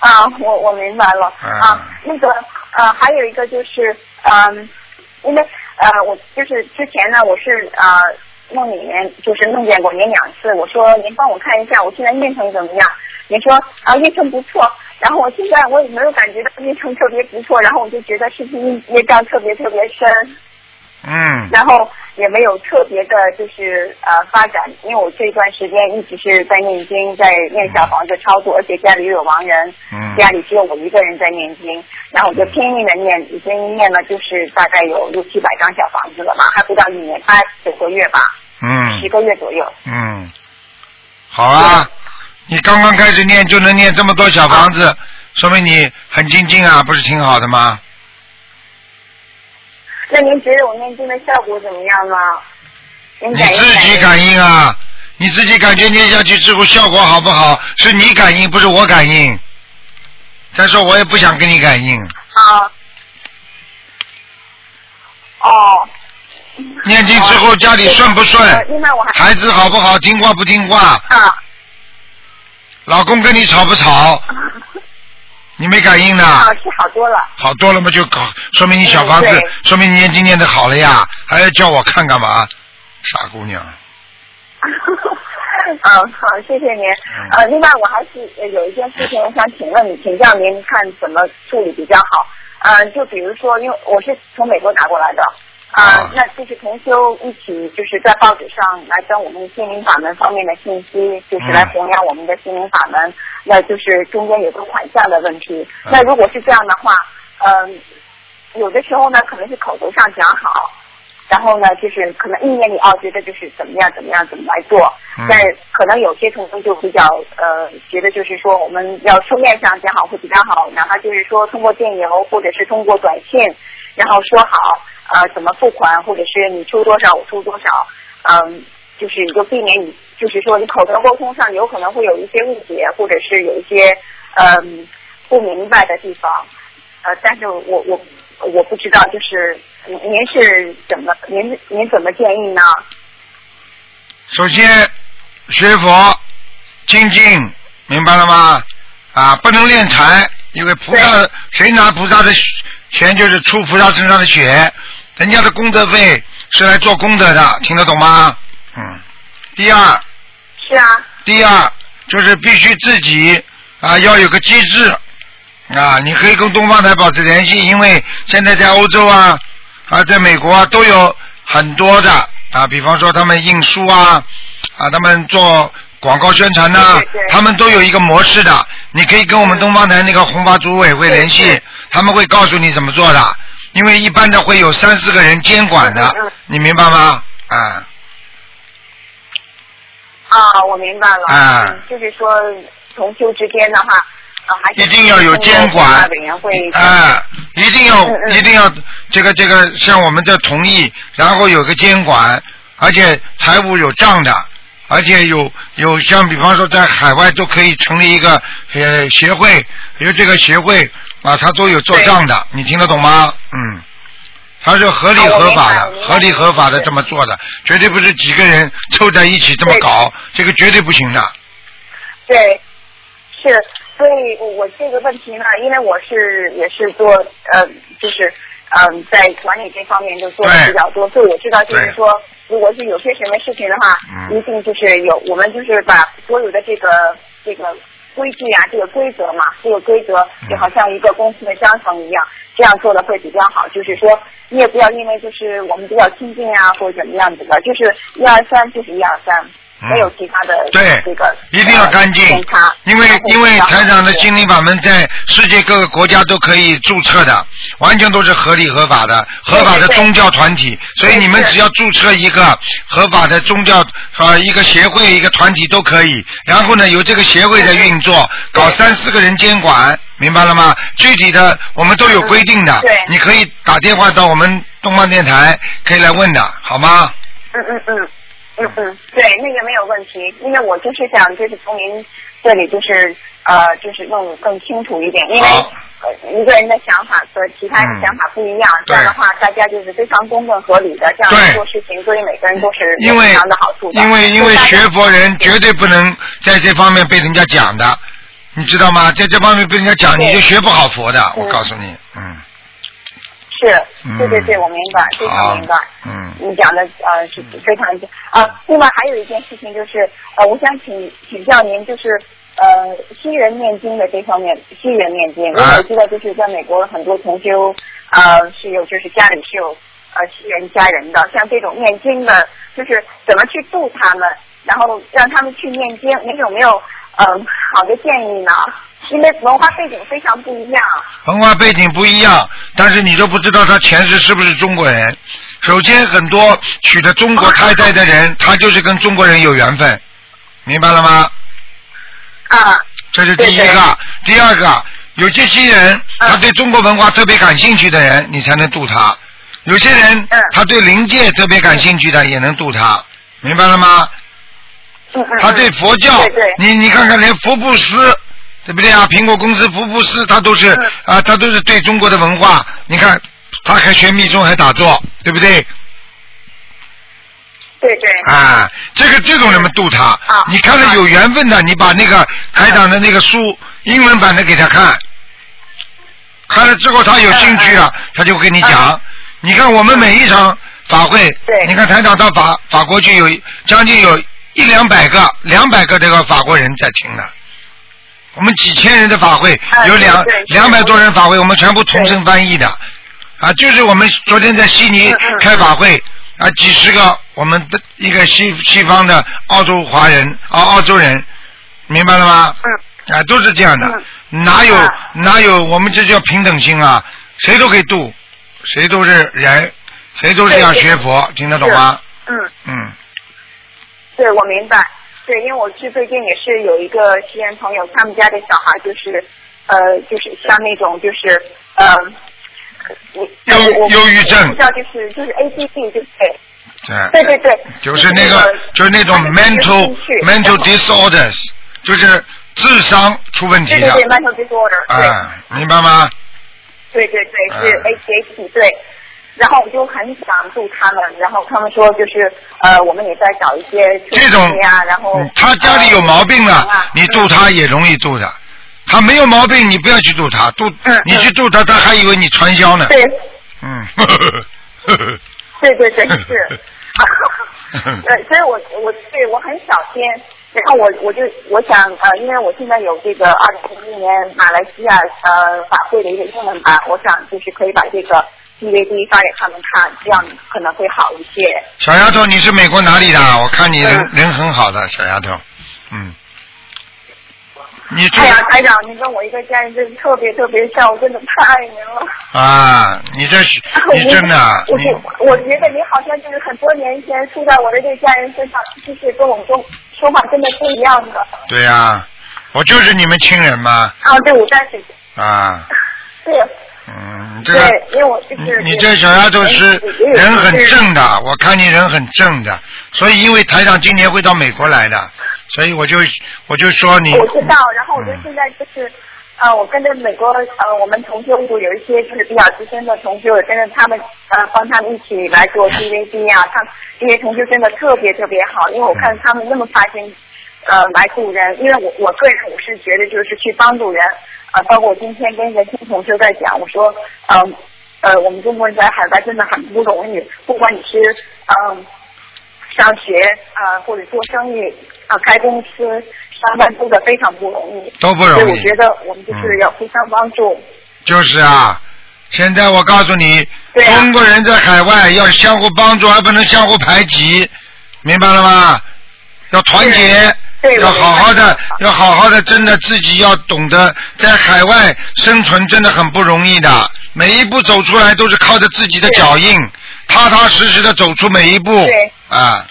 G: 啊，我我明白了啊
B: 啊，
G: 那个呃，还有一个就是嗯，因为呃，我就是之前呢，我是呃梦里面就是梦见过您两次，我说您帮我看一下我现在运程怎么样，您说啊运程不错，然后我现在我也没有感觉到运程特别不错，然后我就觉得是不是业障特别特别深，
B: 嗯，
G: 然后也没有特别的，就是呃发展，因为我这段时间一直是在念经，在念小房子超度，而且家里又有亡人，
B: 嗯
G: 家里只有我一个人在念经，然后我就拼命的念，已经念了就是大概有六七百张小房子了吧，还不到一年，八九个月吧，
B: 嗯，
G: 十个月左右。
B: 嗯，好
G: 嗯
B: 啊，你刚刚开始念就能念这么多小房子，说明你很精进啊，不是挺好的吗？
G: 那您觉得我念经的效果怎么样呢？您
B: 你
G: 感应
B: 自己
G: 感
B: 感应啊，你自己感觉念下去之后效果好不好，是你感应，不是我感应。再说我也不想跟你感应，
G: 应啊。哦，
B: 念经之后家里顺不
G: 呃
B: 顺？
G: 另外我还
B: 孩子嗯好不好？听话不听话？
G: 啊，
B: 老公跟你吵不吵？你没感应呢
G: 啊？是好多了。
B: 好多了嘛，就搞说明你小房子
G: 嗯，对
B: 说明你念经念的好了呀，还要叫我看干嘛？傻姑娘，
G: 啊，好，谢谢您。呃，另外我还是呃有一件事情，我想请问你，请教您看怎么处理比较好。嗯、就比如说，因为我是从美国打过来的，啊、
B: 啊
G: 那就是同修一起就是在报纸上来跟我们心灵法门方面的信息，就是来
B: 嗯
G: 弘扬我们的心灵法门。那就是中间有个款项的问题。
B: 嗯
G: 那如果是这样的话，嗯、有的时候呢，可能是口头上讲好，然后呢，就是可能意念里哦，觉得就是怎么样怎么样怎么来做，
B: 嗯
G: 但可能有些同学就比较呃，觉得就是说我们要书面上讲好会比较好，哪怕就是说通过电邮或者是通过短信，然后说好呃怎么付款，或者是你出多少我出多少，嗯、就是你就避免你就是说你口头沟通上有可能会有一些误解，或者是有一些嗯、不明白的地方，呃，但是我我我不知道，就是您您是怎么您您怎么建议呢？
B: 首先学佛精进，明白了吗？啊，不能敛财，因为菩萨谁拿菩萨的钱就是出菩萨身上的血，人家的功德费是来做功德的，听得懂吗？嗯。第二，
G: 是啊，
B: 第二就是必须自己啊要有个机制啊，你可以跟东方台保持联系，因为现在在欧洲啊啊在美国啊都有很多的啊，比方说他们印书啊啊他们做广告宣传呐、
G: 对对对
B: 他们都有一个模式的，你可以跟我们东方台那个红发组委会联
G: 对
B: 系，他们会告诉你怎么做的，因为一般的会有三四个人监管的
G: 嗯嗯嗯，
B: 你明白吗？啊。
G: 啊，我明白了，
B: 啊
G: 嗯就是说同修之间的话，啊，还是
B: 一定要有监
G: 通过
B: 管
G: 监委员会，
B: 啊，一定要
G: 嗯嗯
B: 一定要这个这个，像我们这同意，然后有个监管，而且财务有账的，而且有有像比方说在海外都可以成立一个呃协会，有这个协会啊，它都有做账的，你听得懂吗？嗯。它是合理
G: 啊我
B: 合
G: 明白
B: 法
G: 我
B: 的
G: 明，白
B: 合理合法的
G: 是
B: 这么做的，绝对不是几个人 凑在一起这么
G: 对
B: 搞，这个绝对不行的。
G: 对，是，所以我我这个问题呢，因为我是也是做呃，就是嗯、在管理这方面就做的
B: 对
G: 比较多，所以我知道就是
B: 对
G: 说，如果是有些什么事情的话，
B: 嗯
G: 一定就是有我们就是把所有的这个这个。规矩啊，这个规则嘛，这个规则就
B: 嗯
G: 好像一个公司的章程一样，这样做的会比较好。就是说，你也不要因为就是我们比较亲近啊，或者怎么样子的，就是一二三就是一二三，
B: 嗯
G: 没有其他的
B: 对
G: 这个
B: 一定要干净
G: 呃偏差，
B: 因为
G: 然后
B: 因为
G: 然后
B: 台长的
G: 是
B: 心灵法门在世界各个国家都可以注册的，完全都是合理合法的合法的
G: 对对
B: 宗教团体，所以你们
G: 对是
B: 只要注册一个合法的宗教呃一个协会一个团体都可以，然后呢由这个协会在运作，搞三四个人监管，明白了吗？具体的我们都有规定的
G: 嗯对，
B: 你可以打电话到我们东方电台可以来问的，好吗？
G: 嗯嗯嗯嗯嗯，对，那个没有问题，因为我就是想就是从您这里就是呃就是弄更清楚一点，因为
B: 好。
G: 呃一个人的想法和其他人
B: 嗯
G: 想法不一样，这
B: 对
G: 样的话大家就是非常公正合理的，这
B: 对
G: 样做事情对于每个人都是
B: 因为
G: 非常的好处的。
B: 因为因
G: 就
B: 为
G: 大家
B: 学佛人绝对不能在这方面被人家讲的，你知道吗？在这方面被人家讲，
G: 对
B: 你就学不好佛的。
G: 嗯
B: 我告诉你，嗯，
G: 是，
B: 嗯
G: 对对对，我明白，非
B: 好
G: 常明白。
B: 嗯
G: 你讲的呃是非常啊。另外还有一件事情就是呃，我想请请教您，就是呃新人念经的这方面，新人念经，因为
B: 啊
G: 我知道就是在美国很多同修呃是有就是家里是有呃新人家人的，像这种念经的，就是怎么去度他们，然后让他们去念经，您有没有嗯、呃好的建议呢？因为文化背景非常不一样，
B: 文化背景不一样，但是你都不知道他前世是不是中国人。首先，很多娶了中
G: 哦
B: 国太太的人，他就是跟中国人有缘分，明白了吗？
G: 啊，
B: 这是第一个。
G: 对对
B: 第二个，有这些人，
G: 嗯
B: 他对中国文化特别感兴趣的人，你才能渡他；有些人，
G: 嗯
B: 他对灵界特别感兴趣的，也能渡他。明白了吗？
G: 嗯嗯，
B: 他对
G: 嗯
B: 佛教，
G: 对对
B: 你你看看，连福布斯，对不对啊？苹果公司福布斯，他都是啊、
G: 嗯
B: 他都是对中国的文化，你看他还学密宗还打坐，对不对？
G: 对对，
B: 啊，这个这种人们渡他，
G: 啊嗯
B: 你看了有缘分的，你把那个台长的那个书英文版的给他看，看了之后他有兴趣
G: 嗯
B: 了，他就跟你讲。你看我们每一场法会，
G: 对
B: 你看台长到法法国去有将近有一两百个、两百个这个法国人在听呢。我们几千人的法会，
G: 啊
B: 有两
G: 对对对
B: 两百多人法会，我们全部同声翻译的，啊，就是我们昨天在悉尼
G: 嗯嗯嗯
B: 开法会，啊，几十个我们的一个西西方的澳洲华人啊，澳洲人，明白了吗？嗯。啊，都是这样的，哪有
G: 啊
B: 哪有，我们这叫平等心啊，谁都可以度，谁都是人，谁都是要
G: 对对
B: 学佛，听得懂吗？
G: 嗯，
B: 嗯，
G: 对，我明白。对，因为我是最近也是有一个实验朋友，他们家的小孩就是，呃，就是像那种就是，呃，我
B: 忧
G: 我
B: 忧郁症
G: 不知道就是就是 A C D 就是
B: 对
G: 对对对对，
B: 就是那个，就是那种
G: 他的情绪
B: mental
G: 然
B: mental
G: 后
B: disorders，就是智商出问题
G: 对
B: 的
G: 对对 mental disorder，对、
B: 啊，明白吗？
G: 对对对，是
B: 嗯
G: ADHD 对。然后我就很想助他们，然后他们说就是呃，我们也在找一些
B: 这种
G: 呀、然后、
B: 嗯他家里有毛病了
G: 呃，
B: 你度他也容易度的。他没有毛病，你不要去度他，度
G: 嗯
B: 你去度他，他还以为你传销呢。
G: 对
B: 嗯，呵呵呵呵
G: 对对 对是。对，所以我我对我很小心，然后我我就我想呃，因为我现在有这个二零零一年马来西亚呃法会的一个英文版，我想就是可以把这个 DVD 发给他们看，这样可能会好一些。
B: 小丫头，你是美国哪里的？啊我看你人、
G: 嗯
B: 人很好的小丫头，嗯，你住
G: 哎呀，台长，您跟我一个家人真是特别特别像，我真的太爱您了。
B: 啊，你这是你真的啊
G: 我
B: 你
G: 我我觉得你好像就是很多年前住在我的这家人身上，就是跟我们说说话真的不一样的。
B: 对呀、我就是你们亲人嘛
G: 啊，对，我但是
B: 啊，
G: 对
B: 嗯，你这个
G: 对，因为我就是嗯
B: 你你这小丫头是人很正的，我看你人很正的，所以因为台长今年会到美国来的，所以我就我就说你
G: 我知道，嗯然后我就现在就是。呃，我跟着美国呃，我们同修组有一些就是比较资深的同修，也跟着他们呃，帮他们一起来做 DVD 啊，他们这些同修真的特别特别好，因为我看他们那么发心，呃，来助人，因为我我个人我是觉得就是去帮助人，呃，包括我今天跟一个新同修在讲，我说，嗯、呃，我们中国人在海外真的很不容易，不管你是嗯。上学啊、呃或者做生意啊、开公司、上班都的非常不容易，
B: 都不容易嗯
G: 所以我觉得我们就是要互相帮助。
B: 就是啊，现在我告诉你，
G: 对啊
B: 中国人在海外要相互帮助，而不能相互排挤，明白了吗？要团结
G: 对，对
B: 要好好
G: 我明
B: 的
G: 白，
B: 要好好的，真的自己要懂得在海外生存，真的很不容易的。每一步走出来都是靠着自己的
G: 对
B: 脚印，踏踏实实的走出每一步
G: 对。
B: 啊，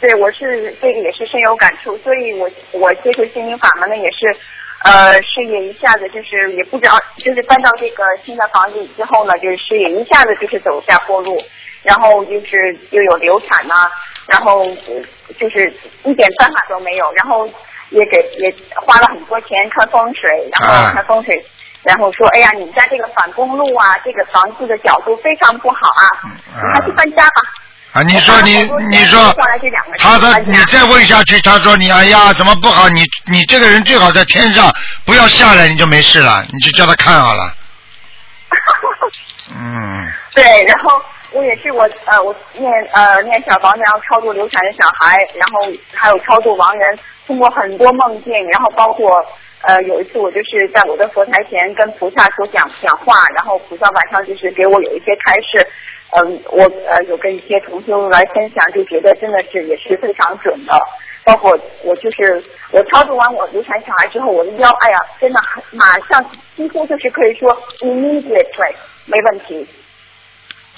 G: 对，我是这个也是深有感触，所以我我接触心灵法门呢也是，呃，事业一下子就是也不知道，就是搬到这个新的房子之后呢，就是事业一下子就是走下坡路，然后就是又有流产呐、然后呃就是一点办法都没有，然后也给也花了很多钱看风水，然后看风水。然后说，哎呀，你们家这个反公路啊，这个房子的角度非常不好啊，
B: 嗯
G: 你还是搬家吧。
B: 啊，你说你你说
G: 后来这两个，人
B: 他说
G: 搬家
B: 你再问下去，他说你哎呀怎么不好？你你这个人最好在天上，不要下来你就没事了，你就叫他看好了。嗯，
G: 对，然后我也是我呃我念呃念小房子，然后超度流产的小孩，然后还有超度亡人，通过很多梦境，然后包括呃有一次我就是在我的佛台前跟菩萨所讲讲话，然后菩萨晚上就是给我有一些开示。嗯，我呃有跟一些同修来分享，就觉得真的是也是非常准的。包括我就是我操作完我流产小孩之后，我的腰，哎呀，真的很马上几乎就是可以说 immediately 没问题，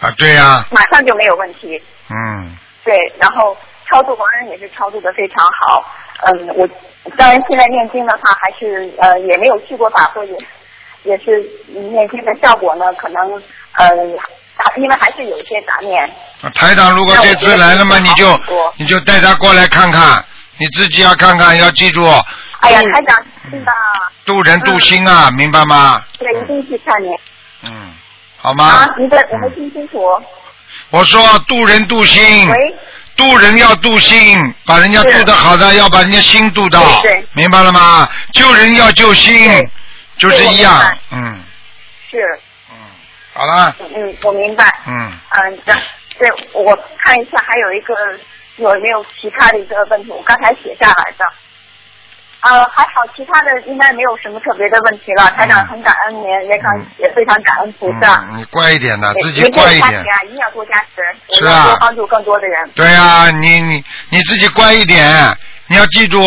B: 啊对呀、
G: 马上就没有问题。
B: 嗯，
G: 对，然后超度亡人也是超度的非常好。嗯，我当然现在念经的话，还是呃也没有去过法会，也也是嗯念经的效果呢，可能呃杂因为还是有一些杂念。
B: 啊台长如果这次来了嘛，
G: 那
B: 你
G: 我觉得
B: 就
G: 好很多
B: 你就带他过来看看，你自己要看看，要记住
G: 哎呀，台长，是的，
B: 嗯
G: 嗯
B: 渡人渡心啊，明白吗？
G: 对，一定去看您。
B: 嗯，好吗？
G: 啊，您的我没
B: 嗯、
G: 听清楚。
B: 我说啊渡人渡心，
G: 喂，
B: 渡人要渡心，把人家渡
G: 是
B: 的好的，要把人家心渡到，
G: 对对
B: 明白了吗？救人要救心
G: 对，
B: 就是
G: 对我
B: 一样
G: 明白，
B: 嗯
G: 是，
B: 嗯，好了，
G: 嗯嗯，我明白。
B: 嗯，
G: 嗯，对，对，我看一下还有一个有没有其他的一个问题，我刚才写下来的。呃，还好，其他的应该没有什么特别的问题了。台长很感恩您，也感
B: 嗯
G: 也非常感恩菩萨，
B: 嗯，你乖一点呐，
G: 也
B: 自己
G: 也
B: 乖
G: 给
B: 一
G: 我加
B: 点
G: 持，啊，一定要多加持，
B: 是
G: 我
B: 啊
G: 要多帮助更多的人。
B: 对呀、你你你自己乖一点，你要记住，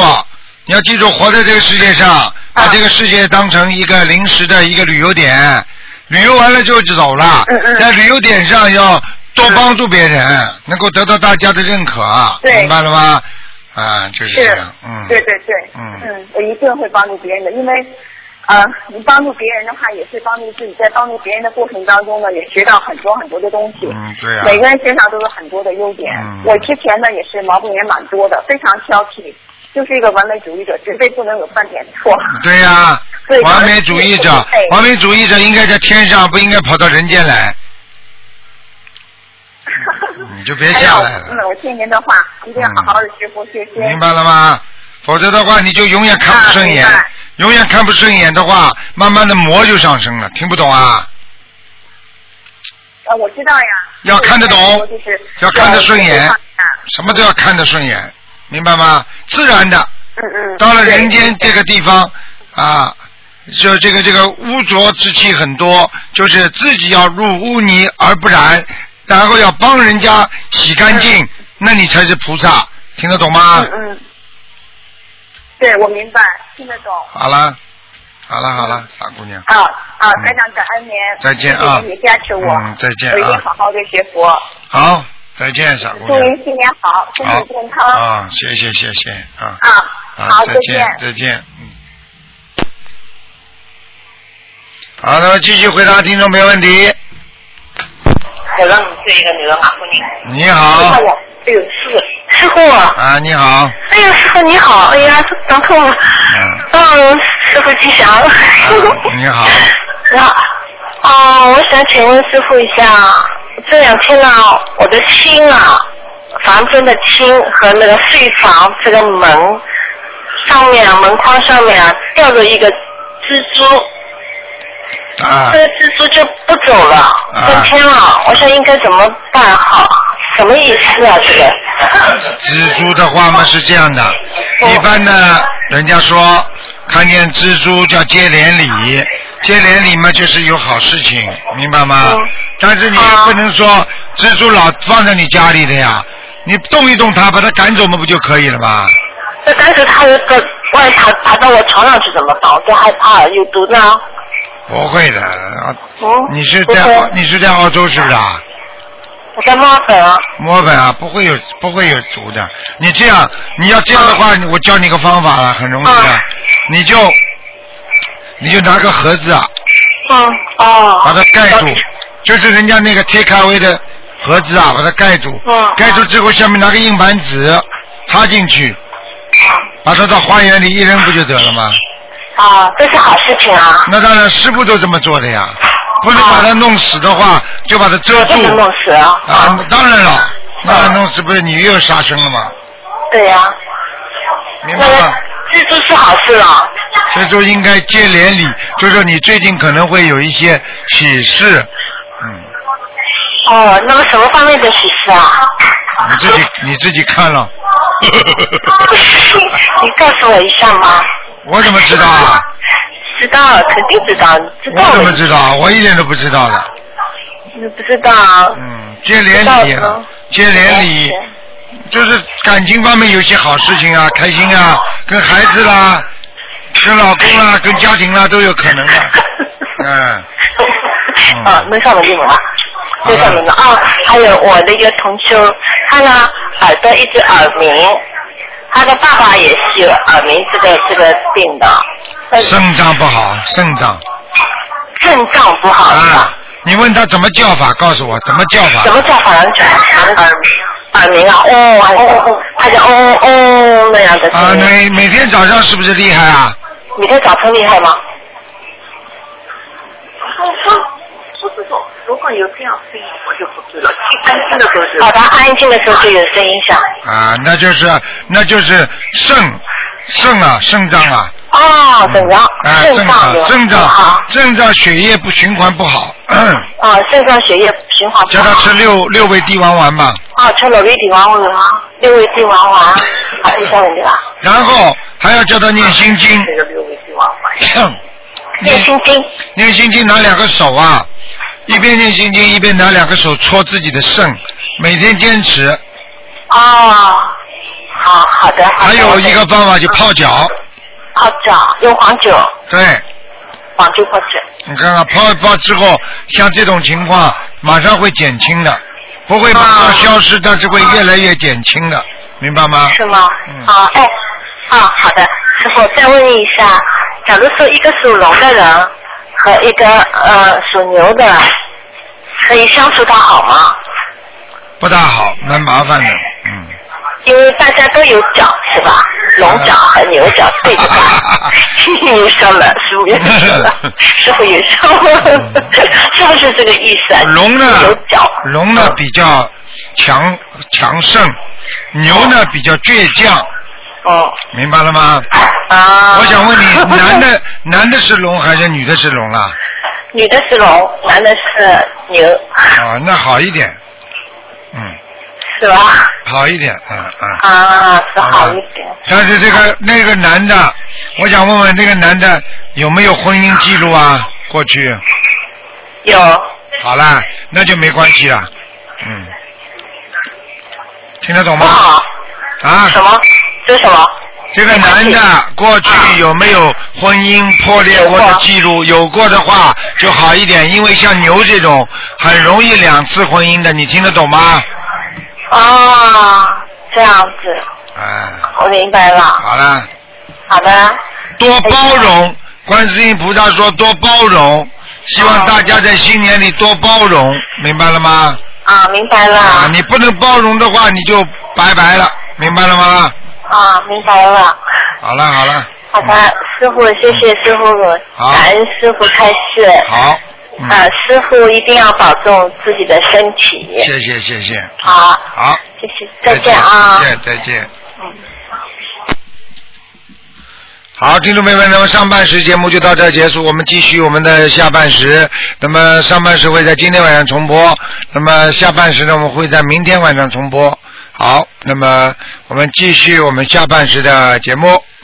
B: 你要记住，活在这个世界
G: 啊
B: 上，把这个世界当成一个临时的一个旅游点，旅游完了就走了，
G: 嗯嗯
B: 在旅游点上要多帮助别人，能够得到大家的认可，
G: 对
B: 明白了吗？啊，就是这样，嗯，
G: 对对对，
B: 嗯
G: 嗯，我一定会帮助别人的，因为，呃，你帮助别人的话，也是帮助自己，在帮助别人的过程当中呢，也学到很多很多的东西。
B: 嗯，对呀、
G: 每个人身上都有很多的优点。
B: 嗯
G: 我之前呢也是毛病也蛮多的，非常挑剔，就是一个完美主义者，绝对不能有半点错。
B: 对呀、
G: 对
B: 完美主义者
G: 对，
B: 完美主义者应该在天上，不应该跑到人间来，你就别下来了
G: 还有嗯，我听您的话，一定要好好的学佛学心。
B: 明白了吗？否则的话，你就永远看不顺眼，
G: 啊明白
B: 永远看不顺眼的话，慢慢的魔就上升了，听不懂啊？
G: 呃，我知道呀。
B: 要看得懂
G: 就是
B: 要看得顺眼
G: 要看
B: 什么都要看得顺眼，明白吗？自然的，
G: 嗯嗯。
B: 到了人间
G: 对
B: 这个地方啊，就这个这个污浊之气很多，就是自己要入污泥而不染，然后要帮人家洗干净，那你才是菩萨，听得懂吗
G: 嗯？嗯。对，我明白，听得懂。
B: 好了，好了，好了，傻姑娘。
G: 啊啊
B: 嗯！
G: 台长，感恩您，
B: 再见
G: 谢谢
B: 啊
G: 您加持我，
B: 嗯再见啊
G: 我一定好好的学佛，
B: 好，再见，傻姑
G: 祝
B: 娘。
G: 您新年好，身
B: 好
G: 体健康。
B: 啊，谢谢谢谢啊
G: 啊，
B: 啊，
G: 好，
B: 再
G: 再
B: 见
G: 见。
B: 再见，嗯。好，那么继续回答听众没问题。
F: 可能是一个女的马虎你。
B: 你好
F: 看，我，哎呦，师傅，师傅，
B: 啊，你好，
F: 哎呀，师傅你好，哎呀，长痛了。
B: 嗯
F: 嗯，师傅吉祥。
B: 啊 你好。
F: 那，哦，我想请问师傅一下，这两天呢、啊我的心啊，房间的心和那个睡房这个门上面啊，门框上面啊，吊着一个蜘蛛。
B: 啊
F: 这，个蜘蛛就不走了，升天了，我想应该怎么办好？什么意思啊？这个？
B: 呃蜘蛛的话嘛是这样的，一般呢，人家说看见蜘蛛叫接连理，接连理嘛就是有好事情，明白吗
F: 嗯？
B: 但是你
F: 啊
B: 不能说蜘蛛老放在你家里的呀，你动一动它，把它赶走嘛不就可以了吗？
F: 那但是它有个万一爬爬到我床上去怎么办？我就害怕有毒呢。
B: 不会的，啊
F: 哦，
B: 你是
F: 不
B: 在
F: 会
B: 澳你是在澳洲是不是啊？
F: 我在墨尔本啊。
B: 墨尔本啊，不会有不会有毒的。你这样，你要这样的话，我教你个方法了，很容易的
F: 啊，
B: 你就你就拿个盒子啊，
F: 嗯，哦。
B: 把它盖住，就是人家那个 take away 的盒子啊，把它盖住
F: 嗯。
B: 盖住之后，下面拿个硬盘纸插进去，把它到花园里一扔不就得了吗？
F: 啊，这是好事情啊。
B: 那当然，师傅都这么做的呀。不是把它弄死的话，就把它遮住
F: 不。能弄死啊。
B: 啊，当然了，那弄死不是你又杀生了吗？
F: 对呀、
B: 明
F: 那
B: 白
F: 个
B: 吗？
F: 蜘蛛是好事啊了。
B: 所以说应该接连理，就说你最近可能会有一些喜事，嗯，
F: 哦，那么什么方面的喜事啊？
B: 你自己你自己看了，
F: 你告诉我一下嘛。
B: 我怎么知道啊？
F: 知道，啊肯定知道，你知道
B: 我怎
F: 了
B: 么知道啊？我一点都不知道的，
F: 你不知道。
B: 嗯，接连理
F: 知道
B: 啊
F: 的，
B: 接连理就是感情方面有些好事情啊，开心啊，跟孩子啦，跟老公啦，跟家庭啦都有可能的，嗯，嗯
F: 啊，能上门就门了，能上门了啊！还有我的一个同修，他呢耳朵一直耳鸣，他的爸爸也是有耳鸣这个这个病的，但是
B: 嗯肾脏不好，肾脏
F: 肾脏不好是
B: 啊
F: 吧？，
B: 你问他怎么叫法，告诉我怎么叫法
F: 怎。么叫法兰卷？耳耳鸣啊，哦哦哦哦，他叫哦哦那样的声
B: 啊，
F: 音
B: 每每天早上是不是厉害啊？
F: 每天早晨厉害吗？
G: 如果有这样声音，我就不对了。安静的时候是。
D: 好的，安静的时候会有声音响。
B: 啊，那就是那就是肾肾啊，肾脏啊，
D: 哦，怎么
B: 啊，
D: 肾
B: 肾
D: 脏有
B: 脏肾
D: 好
B: 脏肾脏血液不循环不好，
D: 啊，肾脏血液循环不
B: 叫他
D: 好。
B: 吃六六味地黄丸吧。
D: 哦，吃了胃地黄丸啊，六味地黄丸啊，还有一些问题吧？
B: 然后还要叫他念心经，
G: 这个六味地黄丸。
D: 念心经。
B: 念心经拿两个手啊，一边念心经一边拿两个手搓自己的肾，每天坚持。
D: 哦，好好的。好的
B: 还有一个方法就泡脚，
D: 泡脚，用黄酒，
B: 对，
D: 黄酒泡脚。
B: 你看看泡一泡之后，像这种情况马上会减轻的，不会马
D: 啊
B: 上消失，但是会越来越减轻的，明白吗？
D: 是吗？
B: 嗯
D: 啊，哎，啊，好的，师傅，再问一下，假如说一个属龙的人和一个呃属牛的，可以相处的好吗？
B: 不大好，蛮麻烦的，嗯。
D: 因为大家都有脚是吧？龙脚和牛脚对着干。又说了，师傅又说了， 师傅又说了，是不是这个意思啊？
B: 龙呢
D: 有脚，
B: 龙呢比较强强盛，牛
D: 哦
B: 呢比较倔强，
D: 嗯
B: 明白了吗？
D: 啊。
B: 我想问 你，男的男的是龙还是女的是龙啊？
D: 女的是龙，男的是牛，
B: 啊，那好一点，嗯，
D: 是吧？
B: 好一点，嗯嗯。
D: 啊，是好一点。
B: 但是这个那个男的，我想问问那个男的有没有婚姻记录啊？过去
D: 有
B: 好啦，那就没关系了，嗯，听得懂
D: 不
B: 吗？
D: 好？
B: 啊，
D: 什么？这是什么？啊
B: 这个男的过去有没有婚姻破裂过的记录？有过的话就好一点，因为像牛这种很容易两次婚姻的，你听得懂吗？
D: 啊，这样子，
B: 啊，
D: 我明白了。
B: 好了，
D: 好的，
B: 多包容。观世音菩萨说多包容，希望大家在新年里多包容，明白了吗？
D: 啊，明白了。
B: 啊，你不能包容的话，你就拜拜了，明白了吗？
D: 啊，明白了。
B: 好了好了，嗯
D: 好的，师傅，谢谢师傅，
B: 好
D: 感恩师傅开示。
B: 好，嗯，
D: 啊，师傅一定要保重自己的身体。
B: 谢谢谢谢，
D: 好，
B: 好。
D: 谢谢，再见啊。
B: 再见，再见。好，听众朋友们，那么上半时节目就到这儿结束，我们继续我们的下半时。那么上半时会在今天晚上重播，那么下半时呢，我们会在明天晚上重播。好，那么我们继续我们下半时的节目。